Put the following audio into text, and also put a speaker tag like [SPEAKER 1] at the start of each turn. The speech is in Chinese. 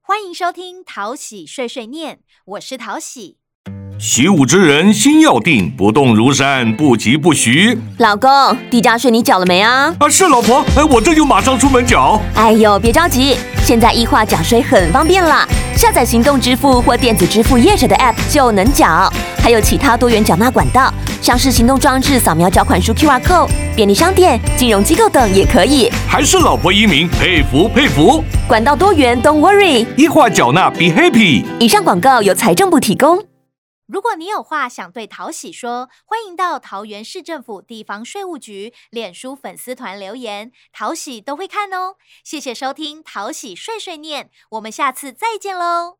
[SPEAKER 1] 欢迎收听《淘喜碎碎念》，我是淘喜。
[SPEAKER 2] 习武之人心要定，不动如山，不急不徐。
[SPEAKER 3] 老公，地价税你缴了没啊？
[SPEAKER 2] 啊，是老婆，哎，我这就马上出门缴。
[SPEAKER 3] 哎呦，别着急，现在易化缴税很方便啦，下载行动支付或电子支付业者的 App 就能缴，还有其他多元缴纳管道，像是行动装置扫描缴款书 QR code、便利商店、金融机构等也可以，
[SPEAKER 2] 还是老婆英明，佩服佩服。
[SPEAKER 3] 管道多元，Don't worry。
[SPEAKER 2] 一化缴纳，be happy。
[SPEAKER 3] 以上广告由财政部提供。
[SPEAKER 1] 如果你有话想对淘喜说，欢迎到桃园市政府地方税务局脸书粉丝团留言，淘喜都会看哦。谢谢收听《淘喜碎碎念》，我们下次再见喽。